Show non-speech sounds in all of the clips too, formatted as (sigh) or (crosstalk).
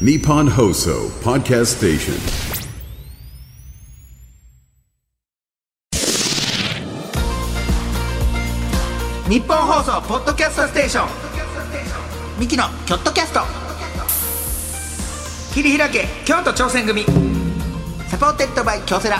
Nippon Hoso Podcast Station. 日本放送ポッドキャストステーションミキのキョットキャスト切り開け京都挑戦組サポーテッドバイ京セラ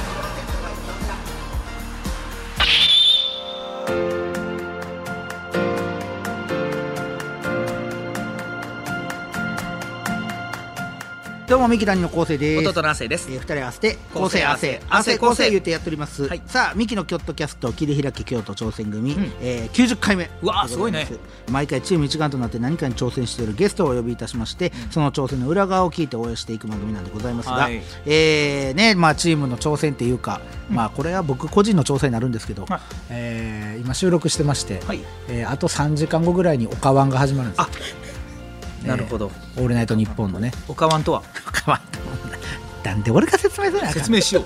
どうもミキダニの構成です。弟の亜生ですえー、二人合わせて構構成成合わせ合わせ構成構成言ってやっております。はいさあミキのキョットキャスト切り開き京都挑戦組、えー、90回目うわでござまーすごいね。毎回チーム一丸となって何かに挑戦しているゲストをお呼びいたしまして、その挑戦の裏側を聞いて応援していく番組なんでございますが、はいえーねまあチームの挑戦っていうか、まあこれは僕個人の挑戦になるんですけど、はいえー今収録してまして、はいえーあと3時間後ぐらいにオカワンが始まるんですよ。えーなるほどオールナイトニッポンのね。 (laughs) おかわんとは変わったもんだなんで俺が説明せなあかん説明しよ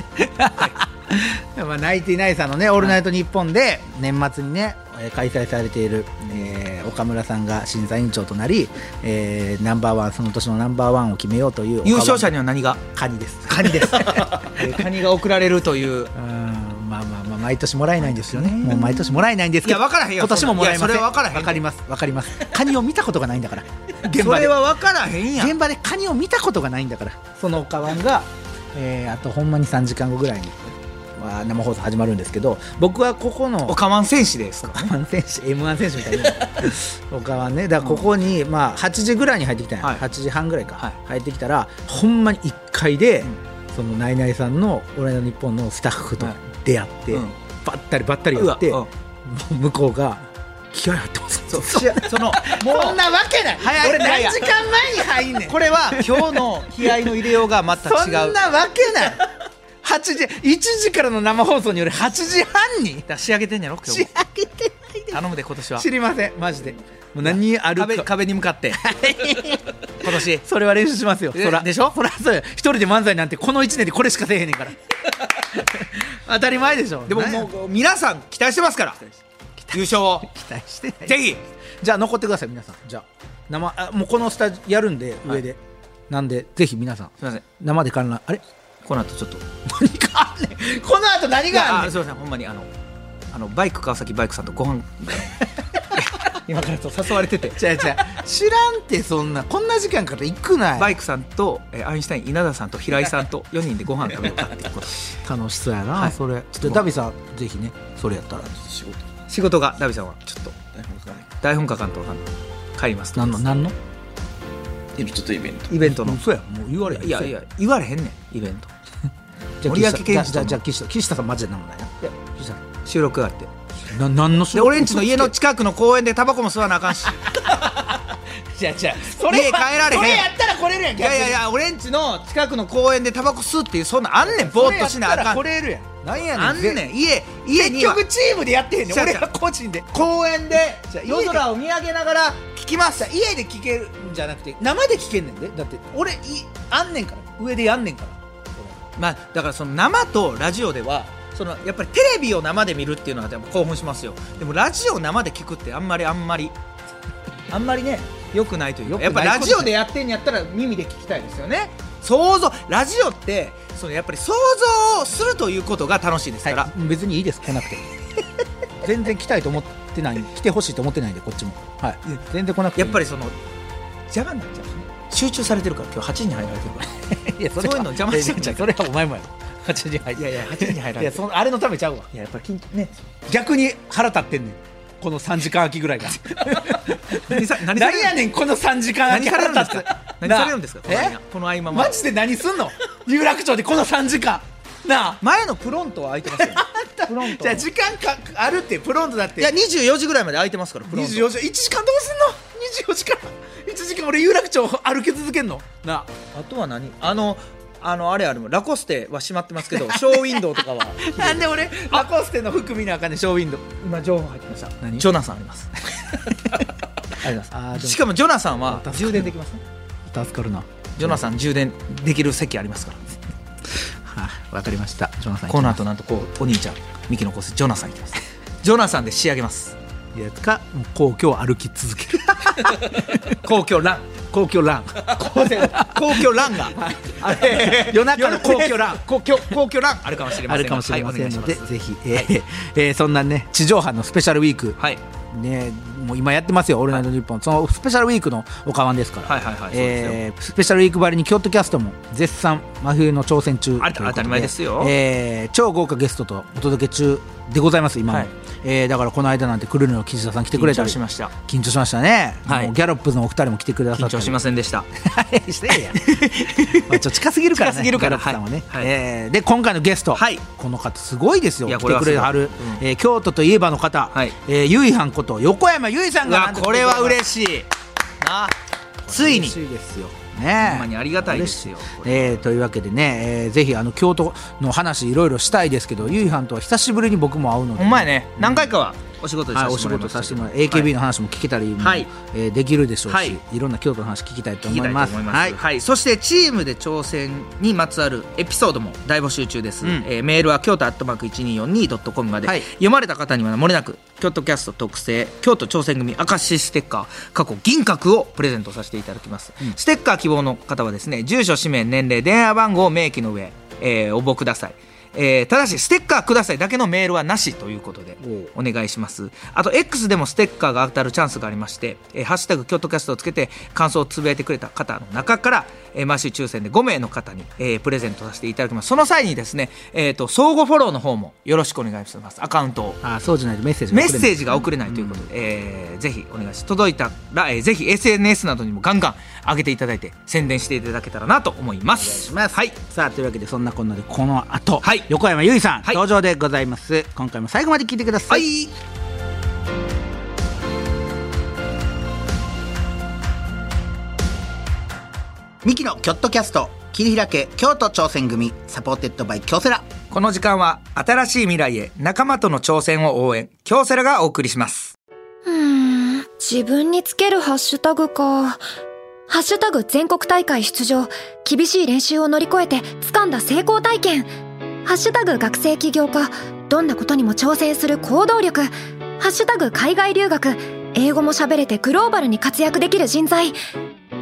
う (laughs) まあ、ナインティナインさんのね「オールナイトニッポン」で年末にねえー開催されている、えー岡村さんが審査委員長となり、えーナンバーワンその年のナンバーワンを決めようという優勝者にには何がカニですカニです (laughs) カニが送られると (laughs) いううーんまあまあまあ毎年もらえないんですよねもう毎年もらえないんですけどいやわからへんよ今年ももらえませんいやそれはわからへんよわかりますわかりますカニを見たことがないんだから現そ場れでは分からへんやん現場でカニを見たことがないんだからそのおかわんが、えーあとほんまに3時間後ぐらいに、まあ、生放送始まるんですけど僕はここのおかわん戦士ですから1選手 M1 選手みたい (laughs) になる他はねだからここに、まあ8時ぐらいに入ってきたんや、はい8時半ぐらいか、はい入ってきたらほんまに1階で、そのナイナイさんの「俺の日本」のスタッフとはい出会って、うんばったりばったりうやわって、うんもう向こうが「気合入ってます」そうしそ (laughs) のそもんなわけない早い俺いやいや何時間前に入んねんうこれは今日の気合の入れようがま (laughs) たそん違うなわけない8時1時からの生放送による8時半にだ仕上げてんやろ今仕上日もげてないで頼むで今年は知りませんマジでもう何ある壁か壁に向かって今年 (laughs) それは練習しますよ。えそらでしょそらそうよ一人で漫才なんてこの一年でこれしかせえへんねん (laughs) から。当たり前でしょ。でもなんやもう皆さん期待してますから優勝を期待してない。ぜひじゃあ残ってください皆さん。じゃあ生あもうこのスタジオやるんで上で、なんでぜひ皆さんすみません生で観覧あれこの後ちょっと何かあんねん。この後何いやがあんあねん。すみませんほんまにあのあのバイク川崎バイクさんとご飯今からと誘われ (laughs) ててじゃあじゃあ知らんってそんなこんな時間から行くなバい。イクさんと、えーアインシュタイン稲田さんと平井さん (laughs) と4人でご飯食べようかっていうこと楽しそうやな、はいそれ。ちょっとダビさんぜひねそれやったら仕事がダビさんはちょっと台本書かんとあかん帰りますと何の何のちょっとイベントイベントのもうそうやもう言われへんいやいや言われへんねんイベントじゃあ森脇健児じゃあさんじゃあじゃあ岸田岸田さんマジで何もないな。岸田さん収録があってな何の仕で事俺んちの家の近くの公園でタバコも吸わな (laughs) あかんしじゃあじゃあそ家帰られへんそれやったら来れるやんいやいやいや俺んちの近くの公園でタバコ吸うっていうそんなんあんねんぼーっとしなあかんこれやったら来れるやんなんやねんあんねぜん家家結には局チームでやってへんねん違う違俺うは個人で公園でじゃあ家で夜空を見上げながら聞きました家で聞けるんじゃなくて生で聞けんねんでだって俺いあんねんから上でやんねんからまあだからその生とラジオではそのやっぱりテレビを生で見るっていうのはやっぱ興奮しますよでもラジオを生で聞くってあんまりあんまりあんまりね良くないというかや良っくぱないラジオでやってんやったら耳で聞きたいですよね想像ラジオってそのやっぱり想像をするということが楽しいですから、はい別にいいです来な (laughs) くて全然来たいと思ってない来てほしいと思ってないんでこっちもはいいや全然来なくてやっぱりりその邪魔になっちゃうね集中されてるから今日8時 (laughs) に入られてるからいやそそういうの邪魔しちゃうんじゃんそれはお前もやろ8時入いやいや8時に入られてるいやそのあれのためちゃうわいややっぱり緊張ね逆に腹立ってんねんこの3時間空きぐらいが何さ何さ何れやねんこの3時間空何きされるん腹です立つか (laughs) 何なあされるんですかこの合間えこの合間もマジで何すんの有楽町でこの3時間なあ前のプロントは空いてますよ、ね、プロントじゃあ時間かあるってプロントだって (laughs) いや24時ぐらいまで空いてますからプロント24時1時間どうすんの24時間1時間俺有楽町歩き続けんのなあとは何あのあのあれあれもラコステは閉まってますけど (laughs) ショーウィンドウとかはあなんで俺ラコステの服見なあ (laughs) かんねんショーウィンドウ今情報入ってました何ジョナサンあります (laughs) ありますあーでもしかもジョナサンは助かる充電できますね助かるなジョナサン充電できる席ありますからはいわかりましたジョナさんこの後なんとこうお兄ちゃんミキのコースジョナサン行きますジョナサン (laughs) で仕上げます (laughs) いやつかもう皇居を歩き続ける皇居ラン皇居ラン公共欄 (laughs) があれ夜中の皇居ラン公共皇居欄あるかもしれまあせんるかもしれませんので、はいお願いしますぜひ、えーえーそんなね地上波のスペシャルウィーク、はいね、もう今やってますよ「オールナイトニッポン」そのスペシャルウィークのおかわんですから、はいはいはいそうですよえースペシャルウィークばりに京都キャストも絶賛真冬の挑戦中あということ当たり前ですよえー超豪華ゲストとお届け中でございます今も、はいえーだからこの間なんてクルーの岸田さん来てくれたり緊張しました緊張しましたね、はいもうギャロップズのお二人も来てくださ緊った張りしませんでしたはいしてえやまあちょっと近すぎるからね近すぎるからギャロップさんはね、はいはいえーで今回のゲスト、はいこの方すごいですよいや来これてはくれはる、すえー京都といえばの方、はいえーゆいはんこと横山ゆいさんうが (laughs) わこれはしい嬉しいなついに嬉しいですよねえほんまにありがたいですよ嬉しこえーというわけでね、えーぜひあの京都の話いろいろしたいですけどゆいはんとは久しぶりに僕も会うのでほんまやね何回かはお仕事ではい、さおせて仕もらい事ましたさせてけどもらう AKB はいの話も聞けたりも、はいえーできるでしょうし、はいい、ろんな京都の話聞きたいと思聞きいたいとます思います、ははいいそしてチームで挑戦にまつわるエピソードも大募集中です、えーメールは京都アットマーク 1242.com まで、はい読まれた方には漏れなく京都キャスト特製京都挑戦組明石ステッカー過去銀閣をプレゼントさせていただきます、ステッカー希望の方はですね住所氏名年齢電話番号を明記の上、えー応募くださいえーただしステッカーくださいだけのメールはなしということでお願いしますあと X でもステッカーが当たるチャンスがありまして「えーハッシュタグ京都キャスト」をつけて感想をつぶやいてくれた方の中から、えー毎週抽選で5名の方に、えープレゼントさせていただきますその際にですね、えー、と相互フォローの方もよろしくお願いしますアカウントをあーそうじゃないとメッセージがメッ送れないセージが送れないということで、えーぜひお願いします届いたら、えーぜひ SNS などにもガンガン上げていただいて宣伝していただけたらなと思いますします、はい、さあというわけでそんなこんなでこの後、はい横山由依さん、はい登場でございます今回も最後まで聞いてくださ、はいいミキのキョットキャスト切り開け京都挑戦組サポーテッドバイ京セラこの時間は新しい未来へ仲間との挑戦を応援京セラがお送りしますうーん自分につけるハッシュタグか。ハッシュタグ全国大会出場。厳しい練習を乗り越えて掴んだ成功体験。ハッシュタグ学生起業家。どんなことにも挑戦する行動力。ハッシュタグ海外留学。英語も喋れてグローバルに活躍できる人材。って、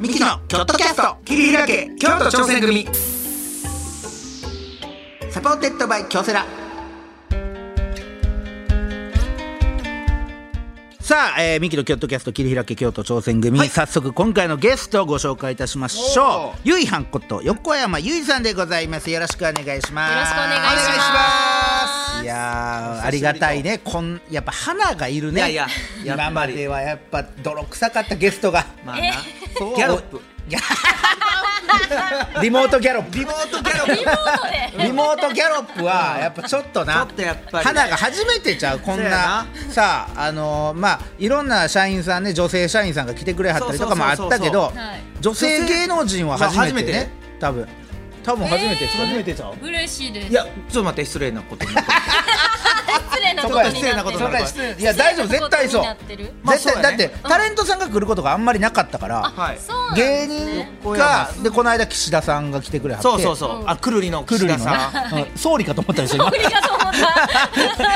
ミキのキョットキャスト切り開け京都挑戦組サポーテッドバイ京セラさあ、えーミキのキョットキャスト切り開け京都挑戦組、早速今回のゲストをご紹介いたしましょうゆいはんこと横山ゆいさんでございますよろしくお願いしますよろしくお願いしますいやーありがたいねこんやっぱ花がいるねいやいややっぱ今りまではやっぱ泥臭かったゲストがまあなそうギャロップギャリモートギャロップリモートギャロップリモートギャロップはやっぱちょっとなちょっとやっぱり花が初めてちゃうこんそうやなさああのーまあいろんな社員さんね女性社員さんが来てくれはったりとかもあったけどそうそうそうそうはい女性芸能人は初めてまあ初ね多分多分初めて初めてちゃう嬉しいでいすやちょっと待って失礼なことになって失礼なこそことやになってとるになそっこてるや失礼いや大丈夫絶対そう失礼なことになってるまあ絶そ対だうやねってタレントさんが来ることがあんまりなかったからはいそうなん芸ですね人横が山でこの間岸田さんが来てくれはってそうそうそうあくるりのくる岸りの田ねさんうん総理かと思ったでしょ今ありがとうござ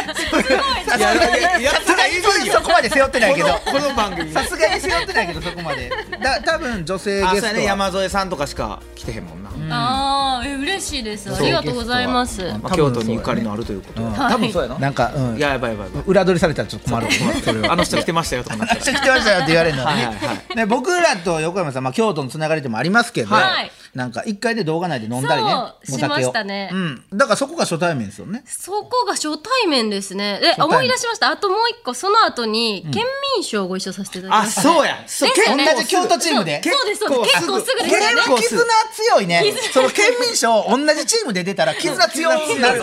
いますすごいさすがにさすがにそこまで背負ってないけどこの番組さすがに背負ってないけどそこまでだ多分女性ゲあスそうトはやね山添さんとかしか来てへんもんなああ嬉しいですありがとうございますそうまあ京都にゆかりのあるということでうん多分そうやななんか、うんいややばいやばいやばい裏取りされたらちょっと困るもんねそれはあの人来てましたよとかなっちゃう来てましたよって言われるのはね,、はいはいはね僕らと横山さん、まあ、京都のつながりでもありますけど、はいなんか一回で動画内で飲んだりねそうしましたねうん、だからそこが初対面ですよねそうこが初対面ですね。え、対面思い出しました。あともう一個、その後に、県民賞をご一緒させていただきました、あそうやそうですよね同じ京都チームでそうそうです、そうです。結構すぐですよね。これは絆強いね絆その県民賞同じチームで出たら絆強くなる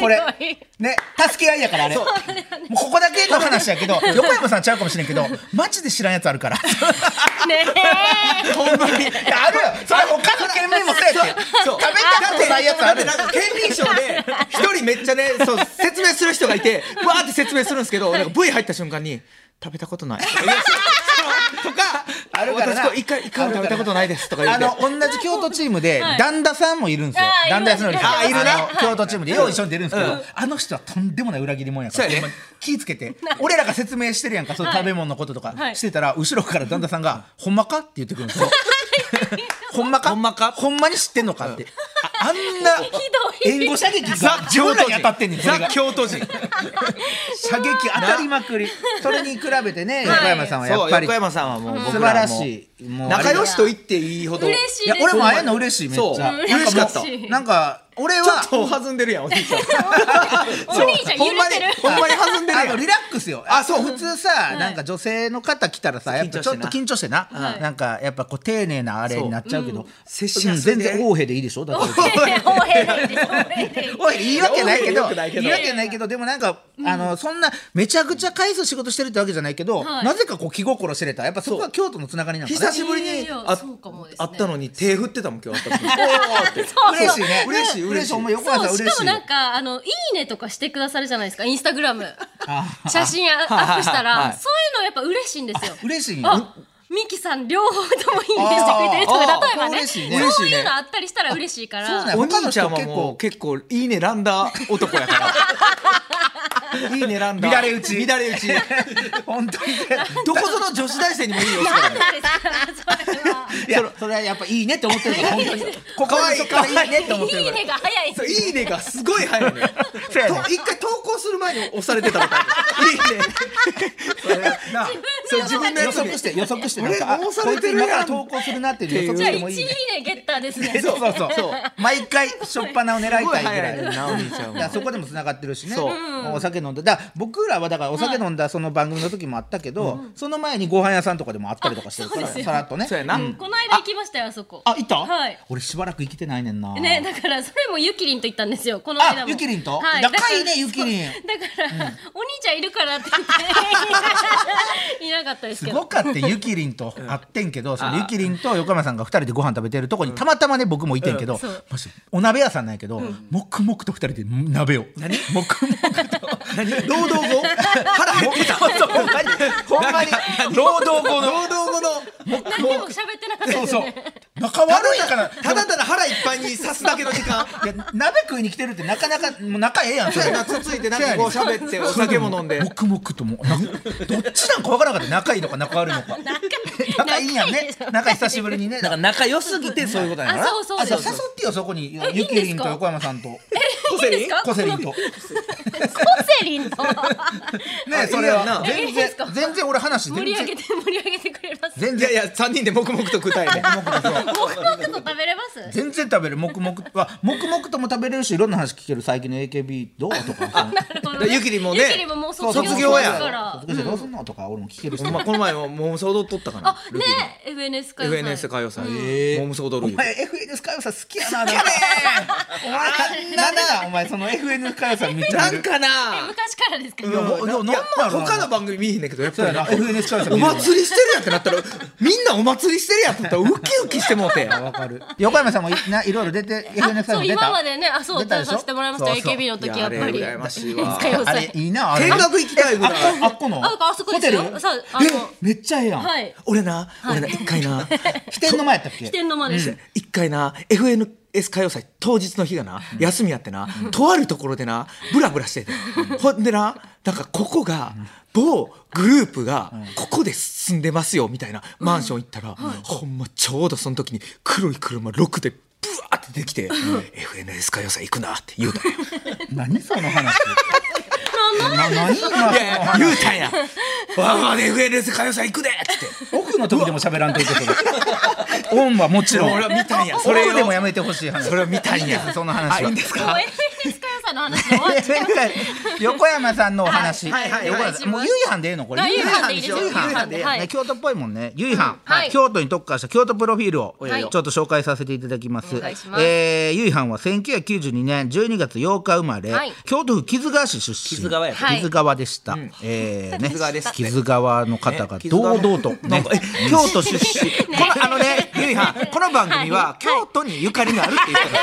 これ強いね助け合いやからあれもうここだけの話やけど横山さんちゃうかもしれんけどマジで知らんやつある (laughs) からねえ。ほんまにあるよそれ他の県民もそうやってそ食うべたことないやつあるだってなんか県民賞で一人めっちゃねそう説明する人がいてわーって説明するんですけどなんか V 入った瞬間に食べたことないとかあるからな私これ一回一回も食べたことないですとか言あっての同じ京都チームでい旦那さんもいるんですよあー旦那康則さんいるいるあの京都チームでよう一緒に出るんですけどあの人はとんでもない裏切り者やからそうやほねんまに気ぃつけて俺らが説明してるやんかそう食べ物のこととかはいしてたら後ろから旦那さんが「ほんまか?」って言ってくるんですよほんまかほんまかほんまに知ってんのかってああんなどい援護射撃が上手に当たってんねんそれザが京都人射撃当たりまくりそれに比べてね横山さんはやそっうぱり横山さんはもう素僕晴ららもしいもう仲良しと言っていいほど嬉ちしいいでやす。俺も会えるの嬉しいめっそうちゃ嬉しかったなんか俺ょっはと弾んでるやんおじいちゃんお兄ちゃん揺ほんまれにてる。ほんまに弾んでるあやのんリラックスよあそう普通さなんか女性の方来たらさやっぱちょっと緊張してなはいなんかやっぱこう丁寧なあれになっちゃうけど接しうやんすい全ね然王兵でいいでしょだって大変です大変ですおい言い訳ないけどいや王兵良くないけど言い訳ないけどでもなんかあのそんなめちゃくちゃ回数仕事してるってわけじゃないけどはいなぜかこう気心知れたやっぱそこが京都のつながりなんかね久しぶりにあそうかもですね会ったのに手振ってたもん今日会った (laughs) 時嬉しいね嬉し嬉しいい嬉しいお前横山さそんうし嬉かしもいなんかあのいいねとかしてくださるじゃないですかインスタグラムあ写真アはいップしたはいらはいそういうのやっぱ嬉しいんですよ嬉しいあミキさん両方ともいいねしてくれてるとかあー例えばね嬉しいねそういうのあったりしたら嬉しいからそうなんやお兄ちゃんはもう結構いいね選んだ男やから (laughs) いいね選んだ乱れ打ち乱れ打ち本当にねどこぞの女子大生にもいい (laughs) よなんでですかそれはいやそれはやっぱいいねって思ってるから本当にここはいい可愛いいいねって思ってるいいねが早いそういいねがすごい早いね (laughs) そうやねと一回投稿する前に押されてたみたいないいねなそう自分のや予つに測して予測してなんか俺もうされてるやんあこいつ今から投稿するなっていう予じゃあ測して1もいいいいねねゲッターですねそうそうそう毎回初っ端を狙いたいぐらいすごい早いなお兄ちゃんはいやそこでも繋がってるしねそうお酒飲んだだから僕らはだからお酒飲んだその番組の時もあったけどその前にご飯屋さんとかでもあったりとかしてるからあそうですよさらっとねそうやな、この間行きましたよあそこあいたはい俺しばらく生きてないねんなねだからそれもゆきりんと行ったんですよこの間あもゆきりんとはいだから仲いいねゆきりんだから、お兄ちゃんいるからって言っ (laughs) ていなかったですすけごど。かってゆきりんと会ってんけど、そのゆきりんと横山さんが二人でご飯食べてるとこにたまたまね僕もいてんけど、そうマジお鍋屋さんなんやけど、黙々と二人で鍋を何黙々と何労働語腹減ってたほんまにほんまに労働後の労働語の何も喋ってなかそったでうすそようね。仲悪いんやからただただ腹いっぱいに刺すだけの時 (laughs) 間いや鍋食いに来てるってなかなかもう仲ええやんそれ夏ついてなんかこう喋ってお酒も飲んで黙々ともうなどっちなんかわからなかった仲いいのか仲悪いのか仲いいんやんね仲久しぶりにねだから仲良すぎてそういうことやからあそうそうあじゃあそうそう誘ってよそこにえゆきりんと横山さんとコセリンコセリンとコセリンのねあそれいいやはなえ全いいで然すか全然俺話盛全り上然げて盛り上げてくれます。全いやい然や3人で黙々と食いたい (laughs) ね黙々と食べれます。全然食べる黙々 (laughs) とは黙々とも食べれるしいろんな話聞ける最近の AKB どうとかなるほどねゆきりんもねゆきりんももうそう卒卒業業やだから。卒業してどうすんのとか俺も聞けるしほんまこの前もモームス踊っとったかなあねえ FNS か FNS 歌謡祭モームス踊おる前 FNS 歌謡さん好きやな。好きやね。お前あんなな、お前その FNS 歌謡さんめっちゃな見んる。かな昔からですいけやど。もういやなんいなんややろな他の番組見えへんねんけどやっそうぱやりな FNS 歌謡さんお見るわ。祭りしてるやんってなったらみんなお祭りしてるやんってなったらウキウキしてもうてわかる。横山さんもいないろいろ出て FNS 歌あ謡そう出今までた。ねあそう出た歌でしょわさせてもらいましたそうそう AKB のいや時やあっれぱり。羨ましいわ歌謡あれ祭。いいなあれ。見学行きたいぐらいあっこの。ああそこですよホテルそうあのえめっちゃええやん。はい。 (laughs) 俺な俺な一回な (laughs) 起点の前やったっけ起。点の間です。一回な FNS 歌謡祭当日の日がな休みやってな、とあるところでなブラブラしてて、ほんでななんかここが某グループがここで住んでますよみたいなマンション行ったら、ほんまちょうどその時に黒い車6でブワーって出てきて「FNS 歌謡祭行くな」って言うたんや。何その話。な何いやいや言うたんや「わあわあ FNS 歌謡祭行くで」って奥の時でも喋らんということで。 (laughs) オンはもちろん。俺は見たんやそそれれでをもやめてほしい話。それを見たんやその話は。あいいんですかもう FNS 歌謡回の話で終わ (laughs) っちゃう横山さんのお話。はいはいはい横山さんもう、ゆいはんでいいのこれ。あゆいはんでいいですゆよいはんでいいゆいはんではいね京都っぽいもんね。ゆいはん。はい京都に特化した京都プロフィールを、えーはいちょっと紹介させていただきます。お願いしますえーゆいはんは1992年12月8日生まれ、はい京都府木津川市出身。木津川やったはい木津川でした。えーね、木津川です木津川の方がね木津川堂の々と、ね、京都出 (laughs) 身。このあのね、ゆいはん、この番組は京都にゆかりがあるって言ってる。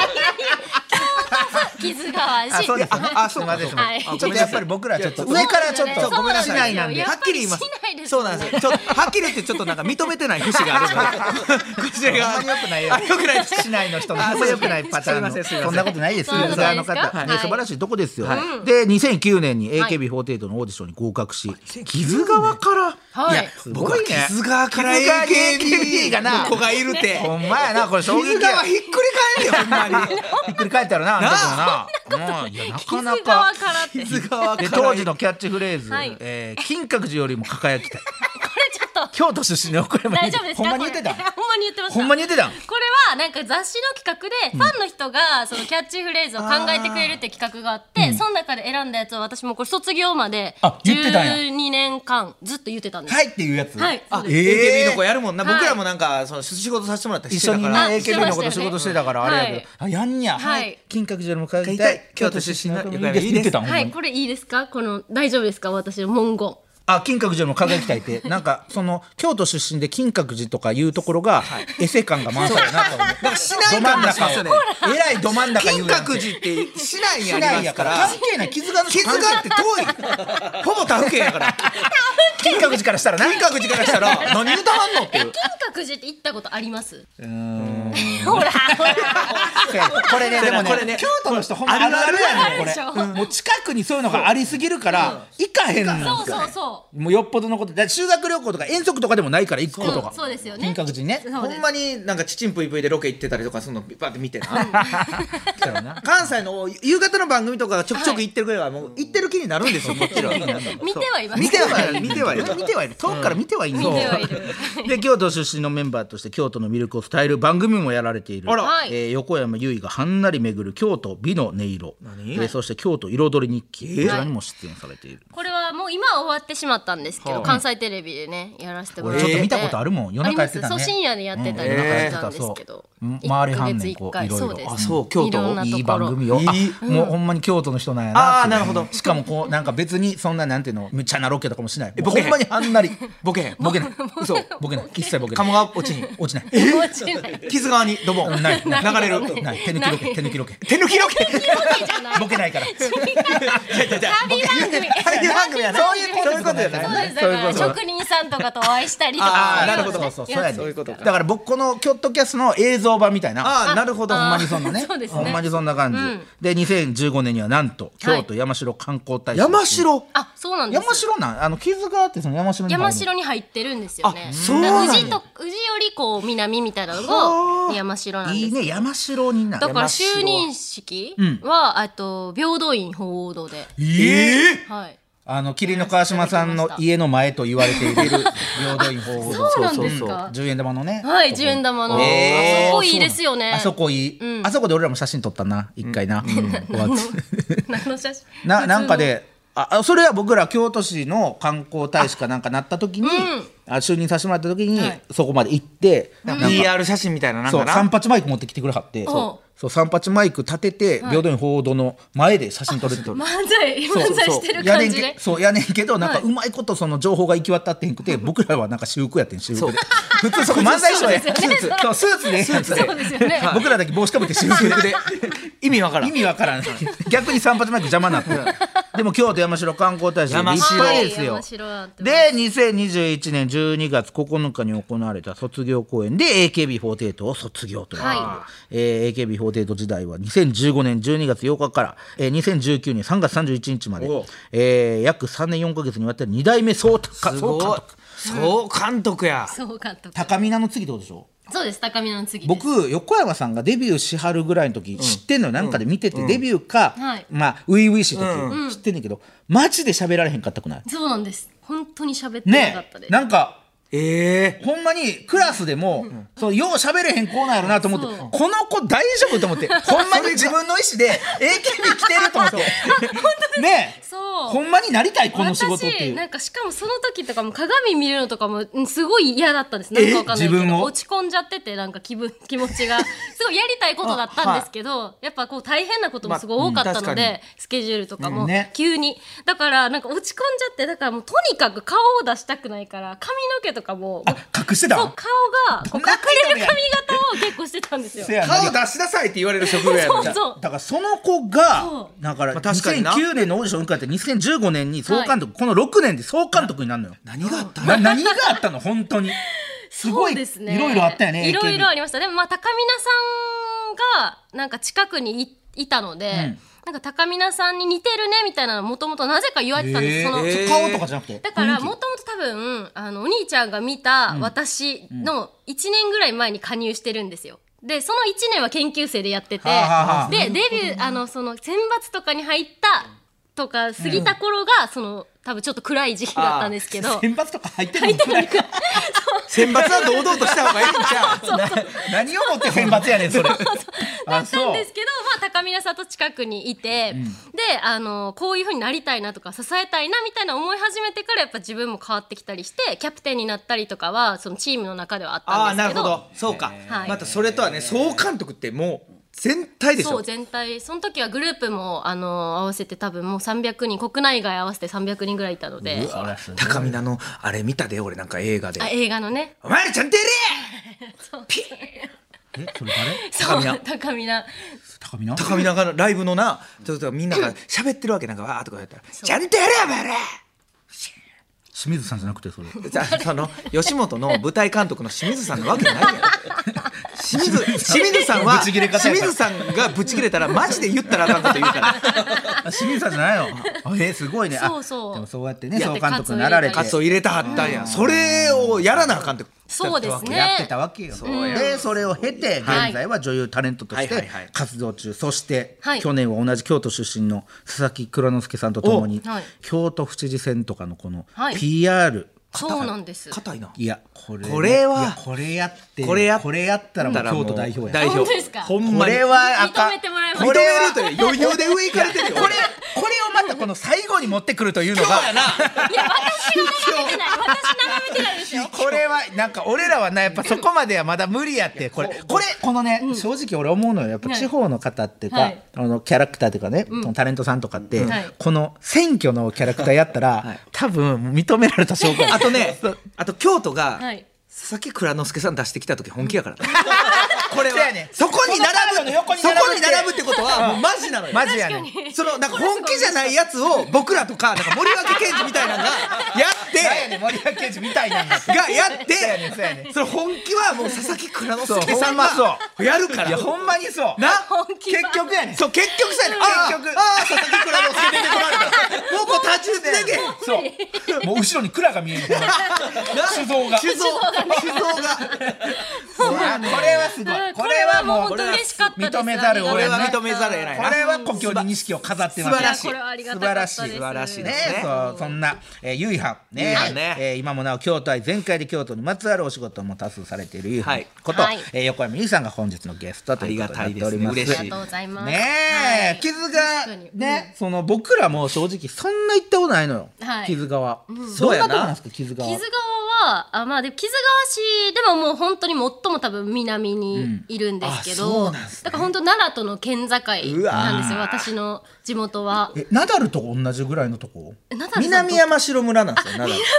傷がわしあ、そうです。あ、あそうか。そうかはいあちょっとやっぱり僕らちょっと上からちょっとそうなんですよ市内なんでやっぱはりっきり言いますしないですねそうなんですよちょっとはっきり言ってちょっとなんか認めてない節があるのでこちらがあんまり良くないよあ良くないです市内の人のああんまり良くないパターンのすいませんすいませんそんなことないですそんなことないのですか方はねい素晴らしいとこですよで2009年に AKB48 のオーディションに合格し木津川からはいや (laughs) 僕はすごいね木津川から木津川 AKB AKB がなの子がいるってほんまやなこれ衝撃木津や川ひっくり返るよほんまにひっくり返ったらなあんたもなうんいやなかな傷側かからってこれちょ木津川でから当時のキャッチフレーズはいえー金閣寺よりも輝きたいっと京都出身の横山大裕丈夫二ですほかんまに言ってたこれほんまに言ってましたほんまに言ってたんこれはなんか雑誌の企画でファンの人がそのキャッチフレーズを考えてくれるって企画があってその中で選んだやつを私もこれ卒業まであ言ってたんや12年間ずっと言ってたんですはいっていうやつはいそうです AKB の子やるもんなはい僕らもなんかその仕事させてもらったり一して緒たにねからあしてま AKB のしこたよねと仕事してたからあれやけど、あやんにゃ、はい金閣寺よりも帰りた帰りいたい京都出身のいいです言いいっですてたんほんまはにいこれいいですかこの大丈夫ですか私の文言あ金閣寺よりも輝きたいって (laughs) なんかその京都出身で金閣寺とかいうところが、エセ感が満載やなと思ってな (laughs) んか市内感出しますよねえらいど真ん中言金うやん閣寺って市内に市あ内りまやすかからら関係ない傷がの木津川って (laughs) 遠いほぼ他府県やから金閣寺からしたらな金閣寺からし (laughs) たら何言うたまんのっていう金閣寺って行ったことありますうーんほらほらこれねでもねこれね京都の人ほんまあるあるやねんこあるでしょれ、うんもう近くにそういうのがありすぎるから、行かへんのそうそうそもうよっぽどのことだって修学旅行とか遠足とかでもないから行くうことが、うんそうですよね金閣寺にねそうほでんすまになんかちちんぷいぷいでロケ行ってたりとかそのバって見てな関西の夕方の番組とかがちょくちょく行ってるぐらいはもう行ってる気になるんですよ、 (laughs) もちろん見てはいます見てはいる見てはいる見てはいる遠くから見てはいる見てはいるで京都出身のメンバーとして京都の魅力を伝える番組もやられているあらはいえー横山由依がはんなり巡る京都美の音色、えーそして京都彩り日記、こちらにも出演されている、これはもう今は終わってしまったんですけど、関西テレビでねやらせてもらって俺ちょっと見たことあるもん夜中やってたねありますそう深夜でやってたりうんと夜中やかっしてたたんですけど、そううん一周りヶ半月年一こう回いろいろそうですあそう京都いろんなところいい番 (laughs) 組よあいいもうほんまに京都の人なんやなっていうあーなるほどしかもこうなんか別にそんななんていうの無茶なロケとかもしないボケへほんんまにはんなりボケへん (laughs) ボケない嘘ボケない一切ボケない鴨川落ち (laughs) に落ちない落ちない木津川にドボン流ないれるない手抜きロケ手抜きロケ手抜きロケじゃないボケない (laughs) から旅番組旅番組やな (laughs) そういうことそういうことやなそうですだそうかいうこらとだ職人さんとかとお会いしたりとあかーなるほそどうそうそうやねそういうことかだから僕このキョットキャスの映像版みたいなああなるほどあほんまにそんなねそうですほねんまにそんな感じうんで2015年にはなんと京都山城観光大使山城あそうなんです山城なんあの傷があってその山城に入る山城に入ってるんですよねあそうなんやだから宇治と宇治よりこう南みたいなのが山城なんですいいね山城になだか山ら就城任式は、えっと平等院鳳凰堂で、ええはい、あの霧の川島さんの家の前と言われている平等院鳳凰堂そうなんですか10円玉のねはい10円玉の、あそこいいですよねあそ (laughs) こいい、あそこで俺らも写真撮ったな一回な、うん終わって何の写真ななんかでああそれは僕ら京都市の観光大使かなんかなった時にあ、就任させてもらった時に、そこまで行って、なんか PR 写真みたいななんそうか三な八マイク持ってきてくれはってそうそう三八マイク立てて、平等に報道の前で写真撮るって漫才漫才してるや感ねんじけでそうやねんけどなんかはいうまいことその情報が行き渡ってへんくて、僕らはなんか私服やってん私服で普 (laughs) 通そこ漫才師はやスーツそうスーツでスーツそうですよね僕らだけ帽子かぶって私服で意味わからん意味わからん (laughs) 逆に散髪マイク邪魔になってるでも京都山城観光大使山立城派ですよ山城だってで2021年12月9日に行われた卒業公演で AKB48 を卒業という、はえー AKB48 時代は2015年12月8日から、えー2019年3月31日までおう、えー約3年4か月にわたり2代目総監すごい総監督やそう監督高見菜の次ってことでしょそうです高見の次です僕横山さんがデビューしはるぐらいの時、知ってんのよなんかで見てて、デビューか、はいまあ初々しい時、知ってんねんけどマジで喋られへんかったくないそうなんです本当に喋ってなかねったえです、なんかええほんまにクラスでも、そうよう喋れへん子なんやろなと思って、そうこの子大丈夫と思 (laughs) って、ほんまに自分の意思で AKB 来てると思って。ねえそうほんまになりたい、この仕事ってい私う。なんかしかもその時とかも鏡見るのとかもうんすごい嫌だったんですなんかわかんないけ自分をど落ち込んじゃっててなんか気分気持 (laughs) ちがすごいやりたいことだったんですけど、やっぱこう大変なこともすごい多かったまあうのんで、確かスケジュールとかうんもね急に、だからなんか落ち込んじゃってだからもうとにかく顔を出したくないから髪の毛とかももう隠してたそうわ顔がこう隠れるや髪型を結構してたんですよ。せやな出しなさいって言われる職業やそうじゃそうだからその子がそだからまあ確かにな2009年のオーディション受かって2015年に総監督、この6年で総監督になるのよ何があったな何があったの本当にすごいそうですねいろいろあったよねいろい AKB ろありましたでもまあ高見菜さんがなんか近くにいいたので、なんか高見菜さんに似てるねみたいなのもともとなぜか言われてたんです、その、顔とかじゃなくてだからもともと多分あのお兄ちゃんが見た私の1年ぐらい前に加入してるんですよ。でその1年は研究生でやってて、はあはあはあでデビューあのその選抜とかに入ったとか過ぎた頃が、その多分ちょっと暗い時期だったんですけど。選抜とか入ってるのくらい選抜は堂々とした方がいいんじゃん。何をもって選抜やねんそれだったんですけど、まあ、高見菜さんと近くにいて、であのこういうふうになりたいなとか支えたいなみたいな思い始めてからやっぱ自分も変わってきたりしてキャプテンになったりとかはそのチームの中ではあったんですけどそうかはいまたそれとはね総監督ってもう全体でしそょう全体その時はグループもあの合わせて多分もう300人国内外合わせて300人ぐらいいたので高見菜のあれ見たで俺なんか映画であ映画のねお前らちゃんとやそう高見菜高見なれ高見菜がライブのなちょっとみんなが喋ってるわけなんかわーとか言ったら「ちゃんとやれよお前ら!」清水さんじゃなくてそれじゃあその吉本の舞台監督の清水さんなわけな (laughs) いやん清水清水さんはぶち切れ方やから清水さんがぶち切れたらマジで言ったらあかんこと言う (laughs) からあ清水さんじゃ (laughs) ないのあえーすごいねあそうそうでもそうやってねや総って監督になられてカカツを入れたはったんやそれをやらなあかんってそうですやってねたわけよ、でそれを経て現はい在は女優タレントとしはいはていはい活動中、そして、はい去年は同じ京都出身の佐々木蔵之介さんとともに、おはい京都府知事選とかのこのはい PR、、そうなんです硬いないやこれこれはいやこれやってこれやっこれやったらもう京都代表や代表本当ですかほんこまにれはあかん認めてもらえま認しめたるという余裕で上行かれてるよこれこれをまたこの最後に持ってくるというのがいや私が眺めてない私眺めてないですよこれはなんか俺らはなやっぱそこまではまだ無理やってこれこれこのね、正直俺思うのよやっぱはい地方の方っていうか、はいあのキャラクターっていうかね、そのタレントさんとかって、はいこの選挙のキャラクターやったら、多分認められた証拠やあ (laughs) とねあと京都がはい佐々木蔵之介さん出してきた時本気やから (laughs) これはそうやねそこにこのカード並ぶの横にそ並ぶこに並ぶってことはもうマジなのよマジやねん (laughs) そのなんか本気じゃないやつを僕らとかなんか森脇健児み (laughs) たいなのがやなんやっねん森脇健児みたいなんだっててがやっそうやねんそうやねてその本気はもう佐々木蔵之介そうさほんんまがそやるからいやほんまにそうな気は結局やねんそう結局さあ結局ああ佐々木蔵之介出てこられたもうこう立ち打ちでけそうもう後ろに蔵が見える (laughs) こ酒造が酒造れがはすごいこれはもうこれはもう本当に嬉しかったです認めざるをこ得れはない認めざるを得ないこなれは故郷に錦を飾ってます素晴らしいやこれはありがた素晴かったらでしい素晴らしすいねで、そうそんな、えー、ゆいはねゆいはんねえー今もなお京都愛全開で京都にまつわるお仕事も多数されているゆいはんはいこと、はいえー横山ゆいさんが本日のゲストということになっておりますありがたいですね嬉あしりがとうございますねえ、はい傷確かにがね、その僕らも正直そんな言ったことないのよ、はい傷がは、そどうんなやなとこなんですか傷がは木津川はあまあでも木津川市でももう本当に最も多分南にいるんですけど、だから本当奈良との県境なんですよ私の地元はえナダルと同じぐらいのとこえナダルさんと南山城村なんですよナダル南山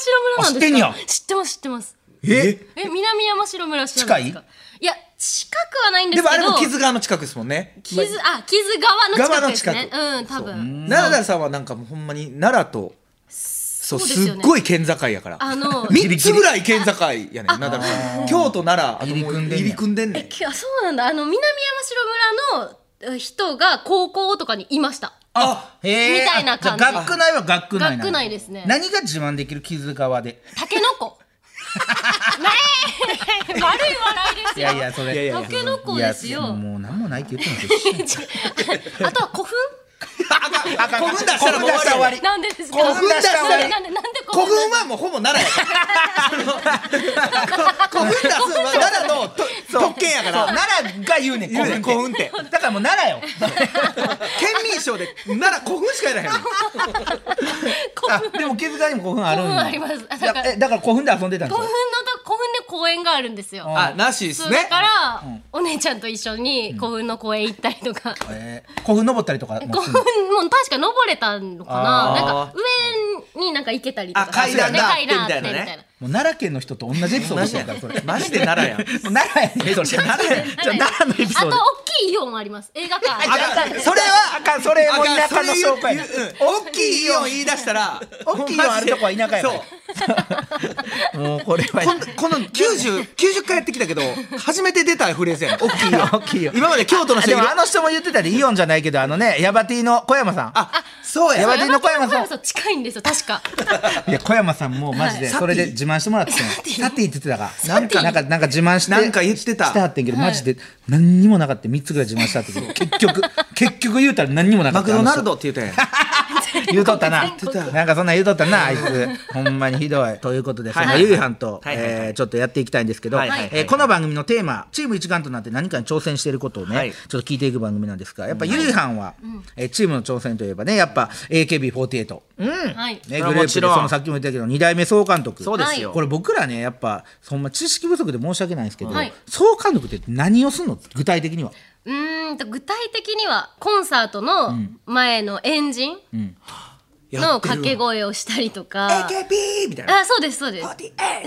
城村なあんですか知ってんや知ってます知ってますええ南山城村知らないですか近いや近くはないんでですけもどあれも木津川の近くですもんね木津あ木津川の近くですね川うん多分奈良田さんはなんかもうほんまに奈良とそうそうですすよっねごい県境やから (laughs) あの3つぐらい県境やねん奈良田さん京都奈良あともう入り組んでんねんきあそうなんだあの南山城村のえ人が高校とかにいましたあへえみたいな感じあじゃあ学区内は学区内なんだ学区内ですね何が自慢できる傷川でタケノ (laughs) コ。ねえ、悪い笑いでいすよ。やいやそれいやいやいやタケノコですよ。いやもう何もないって言 (laughs) ってますよ (laughs) あとは古墳。古墳出したらもう終わりなんでですか。古墳出したら終わりなんでなんで古古墳はもうほぼ奈良や (laughs) からその古墳だ奈良のと特権やから奈良が言うねん古墳古墳ってだからもう奈 (laughs) 良よ県民賞で奈良古墳しかやらへんのあでも気遣いにも古墳あるん古墳だありますだからえだから古墳で遊んでたんです古よ墳のと古墳で公園があるんですよあらしいですそうねだから、お姉ちゃんと一緒に古墳の公園行ったりとか、えー古墳登ったりとかも古す墳るのも確か登れたのかなあーなんか上になんか行けたりとあか階段だ階段あってみみたたいいななねもう奈良県の人と同じエピソードでしょだからそれマジで奈 (laughs) 良やんもう奈良やねそれ奈良やじゃあ奈良のエピソードあと大きいイオンもあります映画館それはあかんそれも田舎の紹介言う言ううん大きいイオン言い出したら大きいイオンあるとこは田舎やからそうもう (laughs) これはこんこの9090回やってきたけど初めて出たフレーズやん大きいイオン大きいイオン今まで京都の人でいるもあの人も言ってたでイオンじゃないけどあのねヤバティの小山さんあそうややばい山手の小山さんん近いんですよ確かいや小山さんもマジではいそれで自慢してもらってたのサティって言ってたからなんかなんかなんか自慢してなんか言ってたしてはってんけどマジで何にもなかった3つぐらい自慢したってけど結局結局言うたら何にもなかマったクドナルドって言う (laughs) てん (laughs) 言うとったな全国なんかそんなん言うとったなあいつほんまにひどいということでそはいのゆいはんとはいはいはいえーちょっとやっていきたいんですけどはいはいはいえーこの番組のテーマチーム一丸となって何かに挑戦していることをはいねちょっと聞いていく番組なんですがやっぱゆいはんはえーチームの挑戦といえばねやっぱ AKB48 はいね、そグれはルーもプでちそろんのさっきも言ったけど2代目総監督そうですよこれ僕らねやっぱそんな知識不足で申し訳ないんですけど、はい総監督って何をすんの具体的にはうーんと具体的にはコンサートの前のエンジンの掛け声をしたりとか AKB みたいなあそうですそうです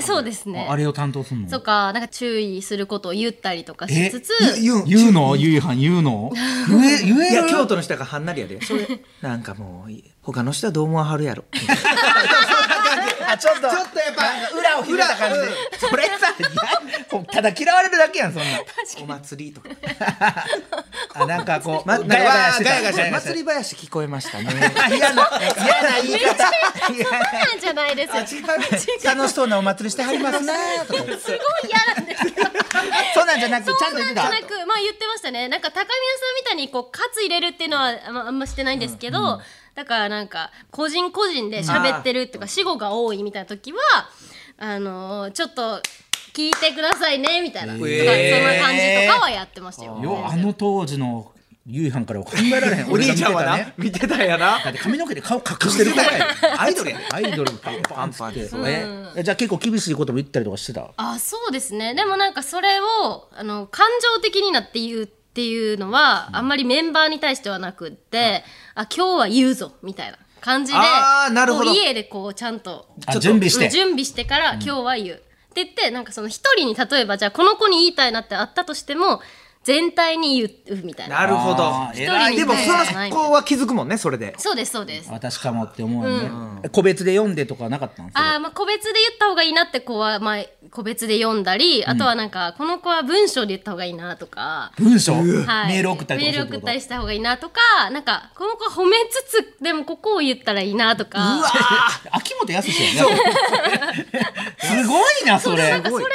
そうですねあれを担当すんのとかなんか注意することを言ったりとかしえつつ言う言うのゆいはん言うの言え言えいやる京都の人がはんなりやでそれ (laughs) なんかもう他の人はどう思わはるやろあちょっとちょっとやっぱ裏を引いた感じでそれさいやただ嫌われるだけやんそんなお祭り (laughs) とかあなんかこう、まガヤガヤしてたガヤガヤしてた祭祭りり林聞こえましたね嫌な嫌な言い (laughs) 方そうなん (laughs) じゃないですよすごい楽しそうなお祭りしてはりますねとか嫌なんですけどそうなんじゃなくちゃんと言ってなたんとなくまあ言ってましたねなんか高宮さんみたいにこう喝入れるっていうのはあんまあんましてないんですけど、だからなんか個人個人で喋ってるっていうか死語が多いみたいな時はあのーちょっと聞いてくださいねみたいな、とかそんな感じとかはやってましたよ。よあの当時のゆいはんからは考えられへん (laughs) お兄ちゃんは俺が見てたな (laughs) 見てたんやなだって髪の毛で顔隠してるからや (laughs) アイドルやね (laughs) アイドルパンパンパンですつってえじゃあ結構厳しいことも言ったりとかしてたあそうですねでもなんかそれをあの感情的になって言うっていうのは、あんまりメンバーに対してはなくって、あ今日は言うぞみたいな感じであーなるほどこう家でこうちゃんとあ準備してうん準備してから今日は言う、って言ってなんかその一人に例えばじゃあこの子に言いたいなってあったとしても全体に言うみたいななるほあどー偉いでもその子は気づくもんねそれでそうですそうです私かもって思うよね、え個別で読んでとかなかったんですかあーまあ個別で言った方がいいなって子は、まあ、個別で読んだり、あとはなんかこの子は文章で言った方がいいなとか、文章、はいメール送ったりとかそういメールう送こっとたりした方がいいなとかなんかこの子は褒めつつでもここを言ったらいいなとか秋元康やね (laughs) すごいなそでもなれんかそれは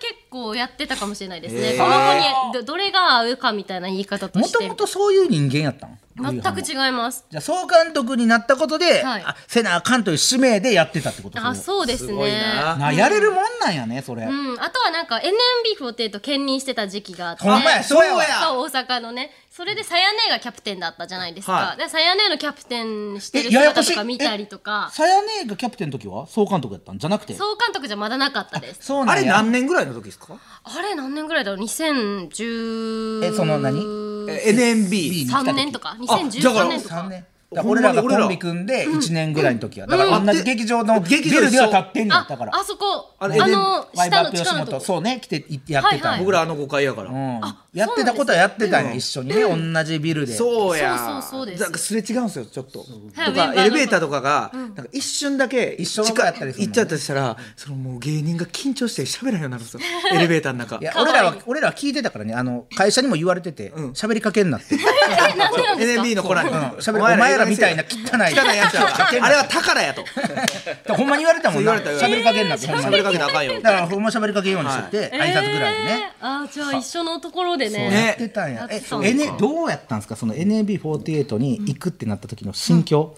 結構やってたかもしれないですね、この子にどどれが合うかみたいな言い方ともしてともとそういう人間やったんゆいはん全はく違いますじゃあ総監督になったことで、はいあせなあかんという使命でやってたってことあうそうですねなやれるもんなんやねそれ、うん、あとはなんか NMB48 兼任してた時期があってほんまやそうやわそう大阪のねそれでさやねがキャプテンだったじゃないですか、はでさやねのキャプテンしてるえややこ姿としいか見たりとかさやねがキャプテンの時は総監督やったんじゃなくて総監督じゃまだなかったですそうあなんれや何年ぐらいの時ですかあれ何年ぐらいだろう2010えその何え NMB 3年とかあだから2013年とか3年だからほん俺まにらが俺らコンビ組んで1年ぐらいの時やだから同じ劇場のビ劇場一緒ルでは立ってんのあだからあそこああれのワイバ下ッのプ地吉下のと本こそうね来ていやってたはいはんいや僕らあの5階やからうんやってたことはやってたんや一緒にね同じビルでそうやそうそうそうですなんかすれ違うんですよちょっととはいメンバーかのエレベーターとかがなんか一瞬だけ一緒の時とこ間やったりする行のっちゃったりしたらそのもう芸人が緊張して喋らんようになるんですよエレベーターの中いやかわい俺いらは俺らは聞いてたからねあの会社にも言われてて喋りかけんなってえ何なんですか NMB の子らに喋りお前らみたいな汚い汚いやつやから (laughs) あれは宝やと (laughs) ほんまに言われたもんなそう言われた喋りかけんなってほんま喋にりかけなあかんよだからほんま喋りかけんようにしてて挨拶ぐらいでねえーあじゃあ一緒のところでねねやってたんや。えやってたん、だ N どうやったんですか。その NAB48 に行くってなった時の心境。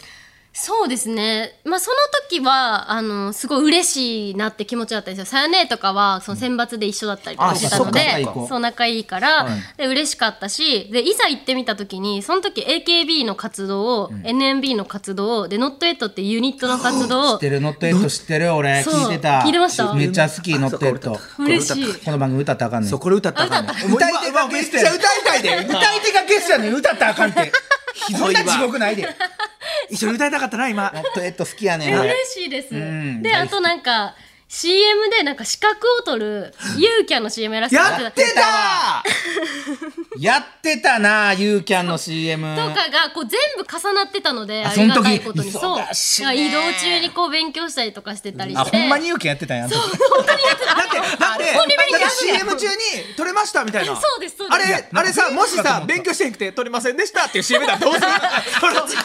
そうですね、まあ、その時はあのすごい嬉しいなって気持ちだったんですよ、さやねとかはその選抜で一緒だったりとあかしてたのでそっかそっか、そう仲いいから、で嬉しかったしで、いざ行ってみた時に、その時 AKB の活動を、NMB の活動を、で、ノットエットっていうユニットの活知動っをて、るノットエット知ってる俺そう聞いてた聞いてましためっちゃ好きノットエット嬉しい。この番組歌ったらあかんねんそうこれ歌ったらあかんねん歌い手がゲストやめっちゃ歌いたい (laughs) で歌い手がゲストやのに歌ったらあかんってひどいな地獄ないで一緒に歌いたかったな今ノットエット好きやねん俺嬉しいです。で、あとなんか、CM でなんか資格を取る、ユーキャンの CM やらせてもらやってたわやってたなユーキャンの CM とかがこう全部重なってたのであありがたいそこのと時にそう忙しいだから移動中にこう勉強したりとかしてたりしてあほんまにユーキャンやってたんやんだって、だって、だって CM 中に撮れましたみたいな。そうですそうですあれ、あれさ、もしさ、勉強してなくて撮れませんでしたっていう CM だったらどうするその企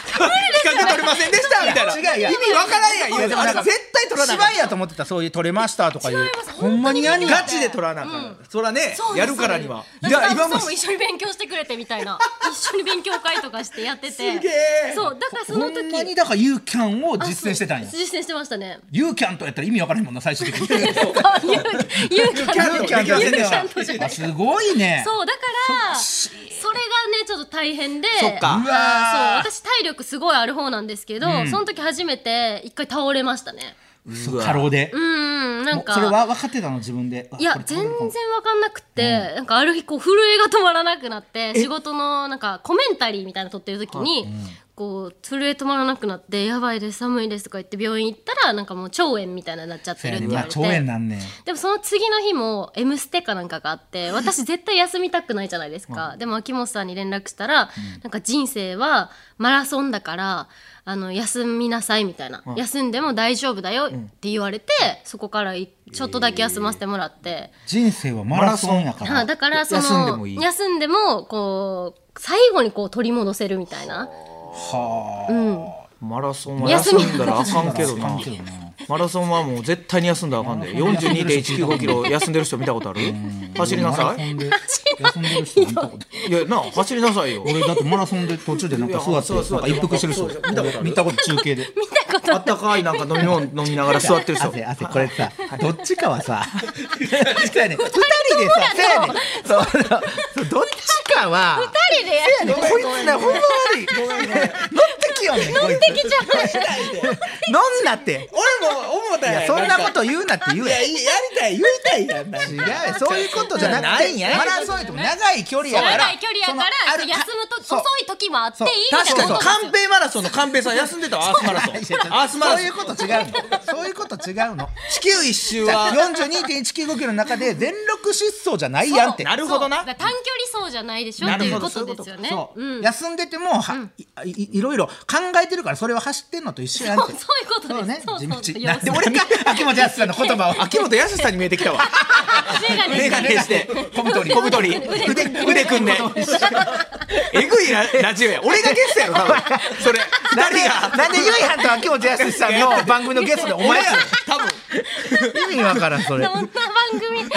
画撮れませんでしたみたいな。違ういや意味わからんやん、いやでも今。あなれんか絶対撮らなあかん芝居やと思ってたそういう撮れましたとかいうますほんまにやんねんガチで撮らなあかん。そらねそう、ですやるからには。そうですだから今も一緒に勉強してくれてみたいな一緒に勉強会とかしてやっててすげえそうだからそほのんまに時だからユーキャンをあ実践してたんやそう実践してましたねユーキャンとやったら意味わからへんもんな最終的 (laughs) にあユーユーキャンユのーキャンとユーキャンとじゃなあいすごいねそうだからそれがねちょっと大変でそっかあうわーそう私体力すごいある方なんですけど、その時初めて一回倒れましたねそう過労でうんうんなんもうかそれは分かってたの自分でいや全然わかんなくて、なんかある日こう震えが止まらなくなって仕事のなんかコメンタリーみたいなの撮ってる時に、こう震え止まらなくなって「やばいです寒いです」とか言って病院行ったらなんかもう腸炎みたいなのになっちゃってるって言わまあれて、腸炎なんねんでもその次の日も「M ステ」かなんかがあって私絶対休みたくないじゃないですか、でも秋元さんに連絡したら、なんか人生はマラソンだからあの休みなさいみたいな、休んでも大丈夫だよって言われて、そこからいちょっとだけ休ませてもらって、人生はマラソンやかあらだからその休んでもいい休んでもこう最後にこう取り戻せるみたいなはうんマラソンは休んだらあかんけどあなかんけどな。マラソンはもう絶対に休んだらあかんで。42.195キロ休んでる人見たことある走りなさい。で休んでる人見たこといや、なあ、走りなさいよ。俺だってマラソンで途中でなんか座っていやなんか一服してる人そうそう見たことある見たこと中継であったかいなんか飲み物飲みながら座ってる人。汗汗これさどっちかはさ確かにね二人でさせやねんそうそうどっちかは二人でやるこいつなほんま悪い乗ってきよんねんこいつできちゃう飲んなって俺も思ったいやそんなこと言うなって言うやん違やうりたい言いたいやんなよ (laughs) そういうことじゃなくてマラソンやっても長い距離やから長い距離やから休むとそう遅い時もあっていいみた確いかになそこうとカンペイマラソンのカンペイさん休んでたわアースマラソンアースマそうラソいンうこと違うのそういうこと違うの地球一周は42.195キロの中で全力疾走じゃないやんってなるほどなだから短距離走じゃないでしょなってるいほうどことですよね。そう、ん休んでてもは、いいいろいろ考えてるからそれは走ってんのと一緒やんっ (laughs) そうてそういうことです。そうそう地道そうなで俺か秋元康さんの言葉を秋元康さんに見えてきたわメガネメガネして小太り小太り腕腕組んでえぐいララジオや俺がゲストやろ多分それなんで二人がなんでゆいはんと秋元康さんの番組のゲストでお前や多分ろ意味わからんそれそんな番組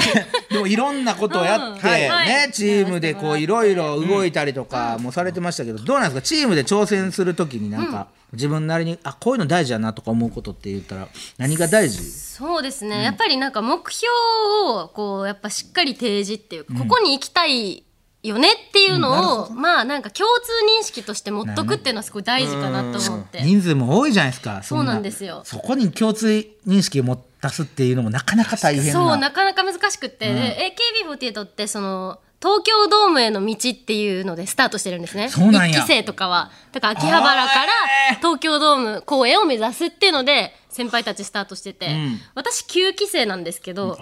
でもいろんなことをやって、うんはいはねいチームでこういろいろ動いたりとかもされてましたけど、どうなんですかチームで挑戦するときになんか、自分なりにあこういうの大事やなとか思うことって言ったら何が大事そうですね、やっぱりなんか目標をこうやっぱしっかり提示っていうか、ここに行きたいよねっていうのを、まあなんか共通認識として持っとくっていうのはすごい大事かなと思って。人数も多いじゃないですかそそうなんですよそこに共通認識を持たすっていうのもなかなか大変なそうなかなか難しくって、で AKB48 ってその東京ドームへの道っていうのでスタートしてるんですねそうなんや一期生とかはだから秋葉原から東京ドーム公演を目指すっていうので先輩たちスタートしてて、私9期生なんですけど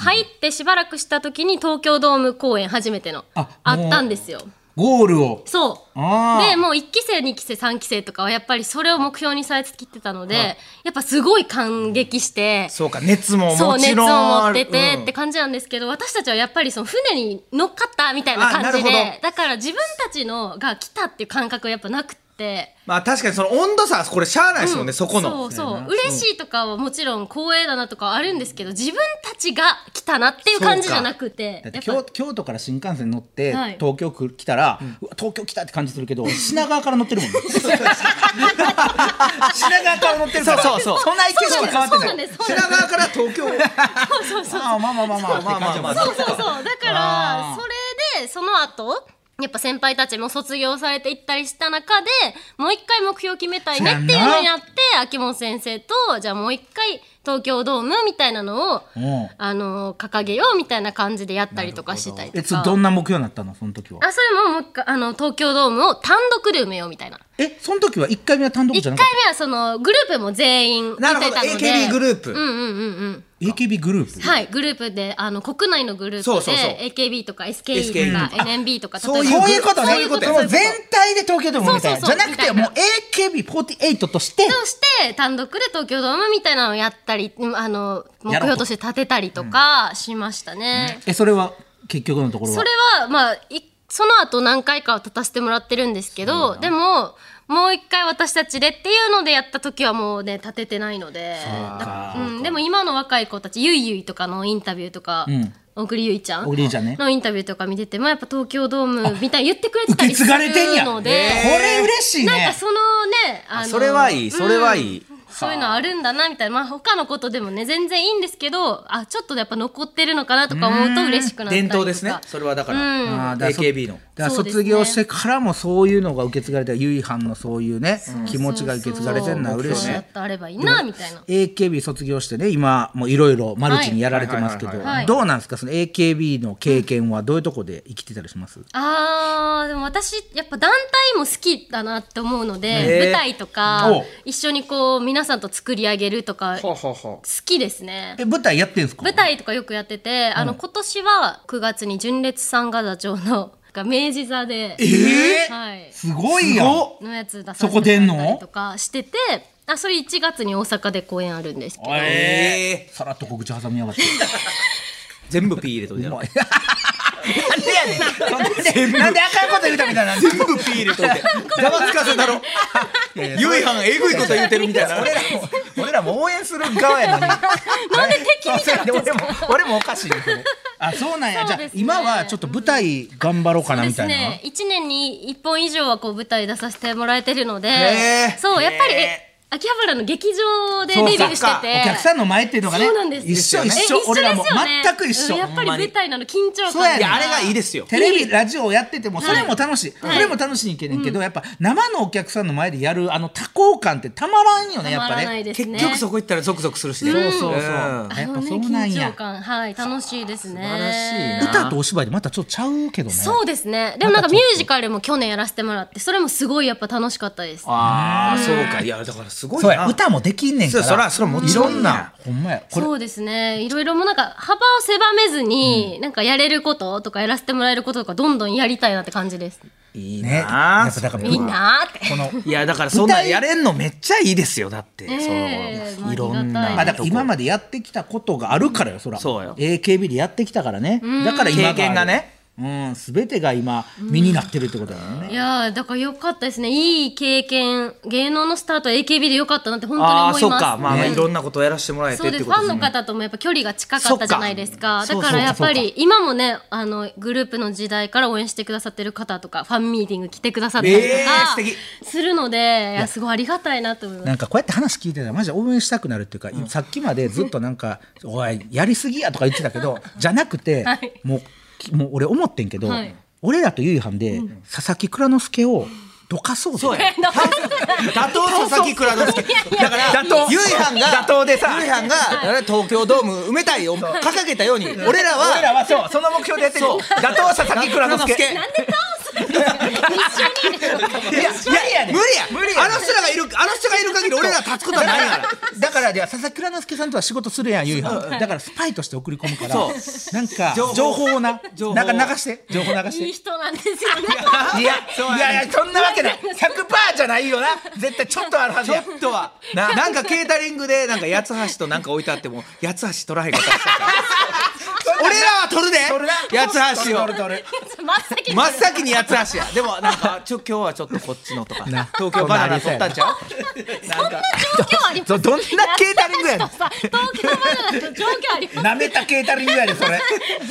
入ってしばらくした時に東京ドーム公演初めてのああったんですよゴールをそうあーでもう1期生2期生3期生とかはやっぱりそれを目標にされてきてたので、やっぱすごい感激して、そうか熱もそもうち熱ろをん持あっるててうんって感じなんですけど、私たちはやっぱりその船に乗っかったみたいなあな感るじほどでだから自分たちのが来たっていう感覚はやっぱなくってまあ確かにその温度差はこれしゃあないですもんね、そこのそうそう嬉しいとかはもちろん光栄だなとかはあるんですけど自分たちが来たなっていう感じじゃなくてだってやっ京ぱ京都から新幹線乗ってはい東京来来たら、うわ東京来たって感じするけど品川から乗ってるもん (laughs) ね品川から乗ってるからそうそうそうそんな景色変わってそうなないんですそう品なんです川から東京そうそうそうああまあまあまあまあまあまあまあそうそうそうだからそれでその後やっぱ先輩たちも卒業されていったりした中でもう一回目標決めたいねっていうのになって秋元先生とじゃあもう一回東京ドームみたいなのをうんあの掲げようみたいな感じでやったりとかしてたりとえそれかどんな目標になったのその時はあそれももう一回あの東京ドームを単独で埋めようみたいなえその時は一回目は単独1じゃ回な目かっはそのグループも全員出てなたるのほでど AKB グループ、うんうんうんうんた AKB グループはい、グループで、あの、国内のグループで、そうそうそう AKB とか SKE とか NMB とか、そう例えばそういうことねそういうこともう全体で東京ドームみたいなそうそうそうじゃなくてもう AKB48 としてとして、単独で東京ドームみたいなのをやったり、うんあの、目やろうと標として立てたりとかしましたね。えそれは結局のところはそれは、まあ、いその後何回かは立たせてもらってるんですけど、でも、もう一回私たちでっていうのでやった時はもうね、立ててないので。だうん、でも今の若い子たち、ゆいゆいとかのインタビューとか、小栗ゆいちゃん小栗ちゃんねのインタビューとか見てても、やっぱ東京ドームみたいに言ってくれて受たりけす継るがれてんやこので、れ嬉しいなんねかそのね、あのそれはいいそれはいいうんそういうのあるんだなみたいな、まあ、他のことでもね全然いいんですけどあちょっとやっぱ残ってるのかなとか思うと嬉しくなったり伝とか統ですねそれはだから、うんあーだからそ AKB のだから卒業してからもそういうのが受け継がれてゆいはんのそういうね気持ちが受け継がれてるのは嬉しいそうだったあればいいなみたいな AKB 卒業してね今もういろいろマルチにやられてますけどはいはいはいはいはいどうなんですかその AKB の経験はどういうとこで生きてたりしますあーでも私やっぱ団体も好きだなって思うので、舞台とかお一緒にこう皆さんと作り上げるとか好ほうほきですねえ舞台やってんすか舞台とかよくやってて、あの今年は9月に純烈三が座長のが明治座で、えーはい、すごいよのやつ出さそせこて出んものらったりとかしててあそれ1月に大阪で公演あるんですけどうえさらっと告知挟みやが (laughs) ってー、全部 P 入れといて (laughs) やろうなんであかんこと言うたみたいな全部 P 入れといてざわつかせだろゆいはんえぐいこと言うてるみたいな俺らも俺らも応援する側やのになんで敵みたい俺も俺もおかしいよこれあそうなんやじそゃうあですね今はちょっと舞台頑張ろうかなでみたすいなね1年に1本以上はこう舞台出させてもらえてるので、へーそうやっぱり、え秋葉原の劇場でデビューしてそうかてお客さんの前っていうのがねそうなんです一緒え一緒ですよね俺らも全く一緒うんやっぱり舞台なの緊張感そうやねんいやあれがいいですよテレビラジオやっててもそれも楽しい、はいそれも楽しいけねんけど、やっぱ生のお客さんの前でやるあの多幸感ってたまらんよねたやっまぱらなねいです結ね局そこ行ったらゾクゾクするしねそうそうそう、んやっあのぱねそうなん緊張や感はい楽しいですね素晴らしいな歌とお芝居でまたちょっとちゃうけどねそうですねでもなんかミュージカルも去年やらせてもらってそれもすごいやっぱ楽しかったですああそうかいやだからすごいそうなや歌もできんねんからそうそらそらもちろんやいろんなほんまやこれそうですねいろいろもうなんか幅を狭めずに、なんかやれることとかやらせてもらえることとかどんどんやりたいなって感じですいいねなやっぱだからいいなーってこのいやだからそんなんやれんのめっちゃいいですよだって、ええそういろんまああなりがたいですまあだから今までやってきたことがあるからよそらそうよ AKB でやってきたからねだから今がある経験がねうん全てが今身になってるってことだよねいやーだからよかったですねいい経験芸能のスタート AKB でよかったなって本当にああ思いそうますかまあ、まあいろんなことをやらせてもらえてそっうでてすこフとァでンすのね方ともやっぱ距離が近かったじゃないですかそっかだからやっぱり今もねあのグループの時代から応援してくださってる方とかファンミーティング来てくださったりとか、えー素敵するのでいやすごいありがたいなと思いますなんかこうやって話聞いてたらマジで応援したくなるっていうか、さっきまでずっとなんか「おいやりすぎや」とか言ってたけどじゃなくて、はいもうきもう俺思ってんけど、はい俺らとゆいはんで、佐々木蔵之介をどかそうそうぜや (laughs) 打倒佐々木蔵之介だからゆいはんが打倒でさゆいはんが東京ドーム埋めたいを掲げたように俺らは俺らはそうその目標でやってるそう打倒佐々木蔵之介なんいやいやいや無理やあの人らがいるあの人がいる限り俺ら立つことはないからだからでは佐々木蔵之介さんとは仕事するやんゆいはんだからスパイとして送り込むからなんか情報情報をな情報なんか流して情報流していい人なんですよねいや、いやいや、そんなわけない。100%じゃないよな。絶対ちょっとあるはずちょや。っとはな (laughs) なんかケータリングでなんか八つ橋となんか置いてあっても八つ橋取らへんかったりしたから俺らは取るで取るな八つ橋を取る取る真っ先に真っ先に八つ橋やでもなんかちょ今日はちょっとこっちのとかな東京バナナ取ったんちゃう状況ありますどどんなケータリングやねんさ東京バナナの状況ありますなめたケータリングやでそれ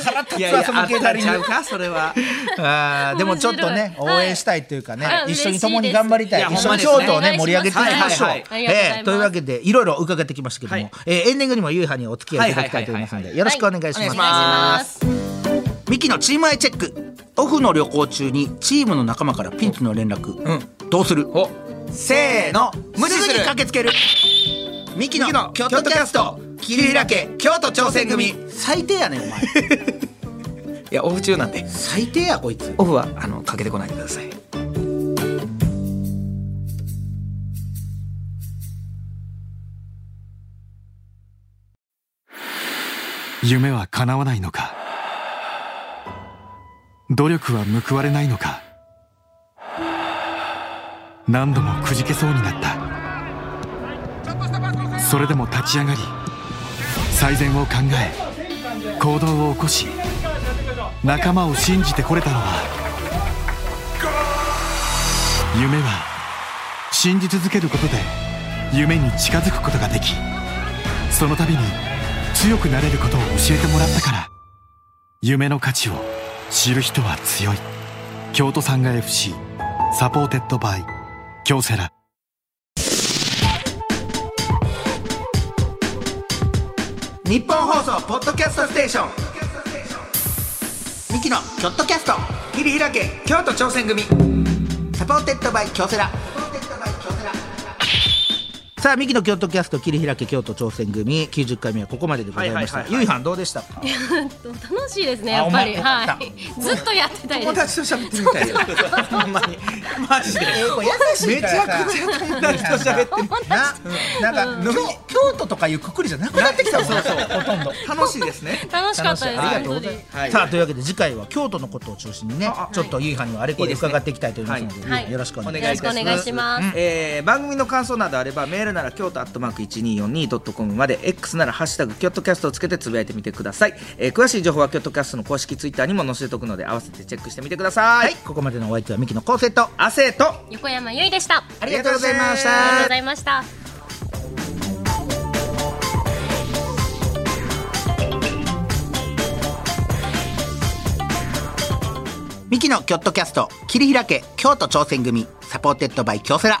腹立いつやいわやそあのっケータたんリちンゃグうかそれはあーでもちょっとね応面白い援したいというかね、はい一緒に共に頑張りたいうん嬉一しい緒に京です都をいねやほ盛り上んまでげすていきましょう、はいはいはいありがとうございますえーというわけでいろいろ伺ってきましたけども、はいえーエンディングにもゆうはにお付き合いいただきたいと思いますので、はよろしくお願いします,、はいお願いしおま願いしますミキのチームアイチェックオフの旅行中にチームの仲間からピンチの連絡、どうするおせーの無理すぐすにる駆けつけるミキの京都キャスト桐平家京都挑戦組最低やねんお前いやオフ中なんで最低やこいつオフはあのかけてこないでください夢は叶わないのか努力は報われないのか何度もくじけそうになったそれでも立ち上がり最善を考え行動を起こし仲間を信じてこれたのは夢は信じ続けることで夢に近づくことができその度に強くなれることを教えてもらったから夢の価値を知る人は強い京都産が FC サポーテッドバイ京セラ日本放送ポッドキャストステーションミキの京都キャスト桐平家京都挑戦組サポーテッドバイ京セラさあミキの京都キャスト桐平家京都挑戦組90回目はここまででございました、はいはいはいゆいはいはんどうでしたか楽しいですねやっぱりあお前はいずっとやってたいです達と喋ってみたいよ (laughs) ほんまにマジでめちゃく (laughs) ちゃ友達と喋ってななんか、京京都とかいうくくりじゃなくなってきたもんほとんど楽しいですね楽しかったですありがとうござ本いま当にす、さあというわけで次回は京都のことを中心にねちょっとゆいはんにはあれこれ伺っていきたいと思いますので、はいはいよろしくお願いしますよろしくお願いしますえー番組の感想などあればメールなら京都アットマーク 1242.com まで X なら「ハッシュタグ京都キャスト」をつけてつぶやいてみてください、えー詳しい情報は京都キャストの公式ツイッターにも載せておくので合わせてチェックしてみてください、はい、ここまでのお相手はミキの昴生と汗と横山由依でしたあありがとうございましりがとうたございましたミキの京都キャスト桐平家京都挑戦組サポーテッドバイ京セラ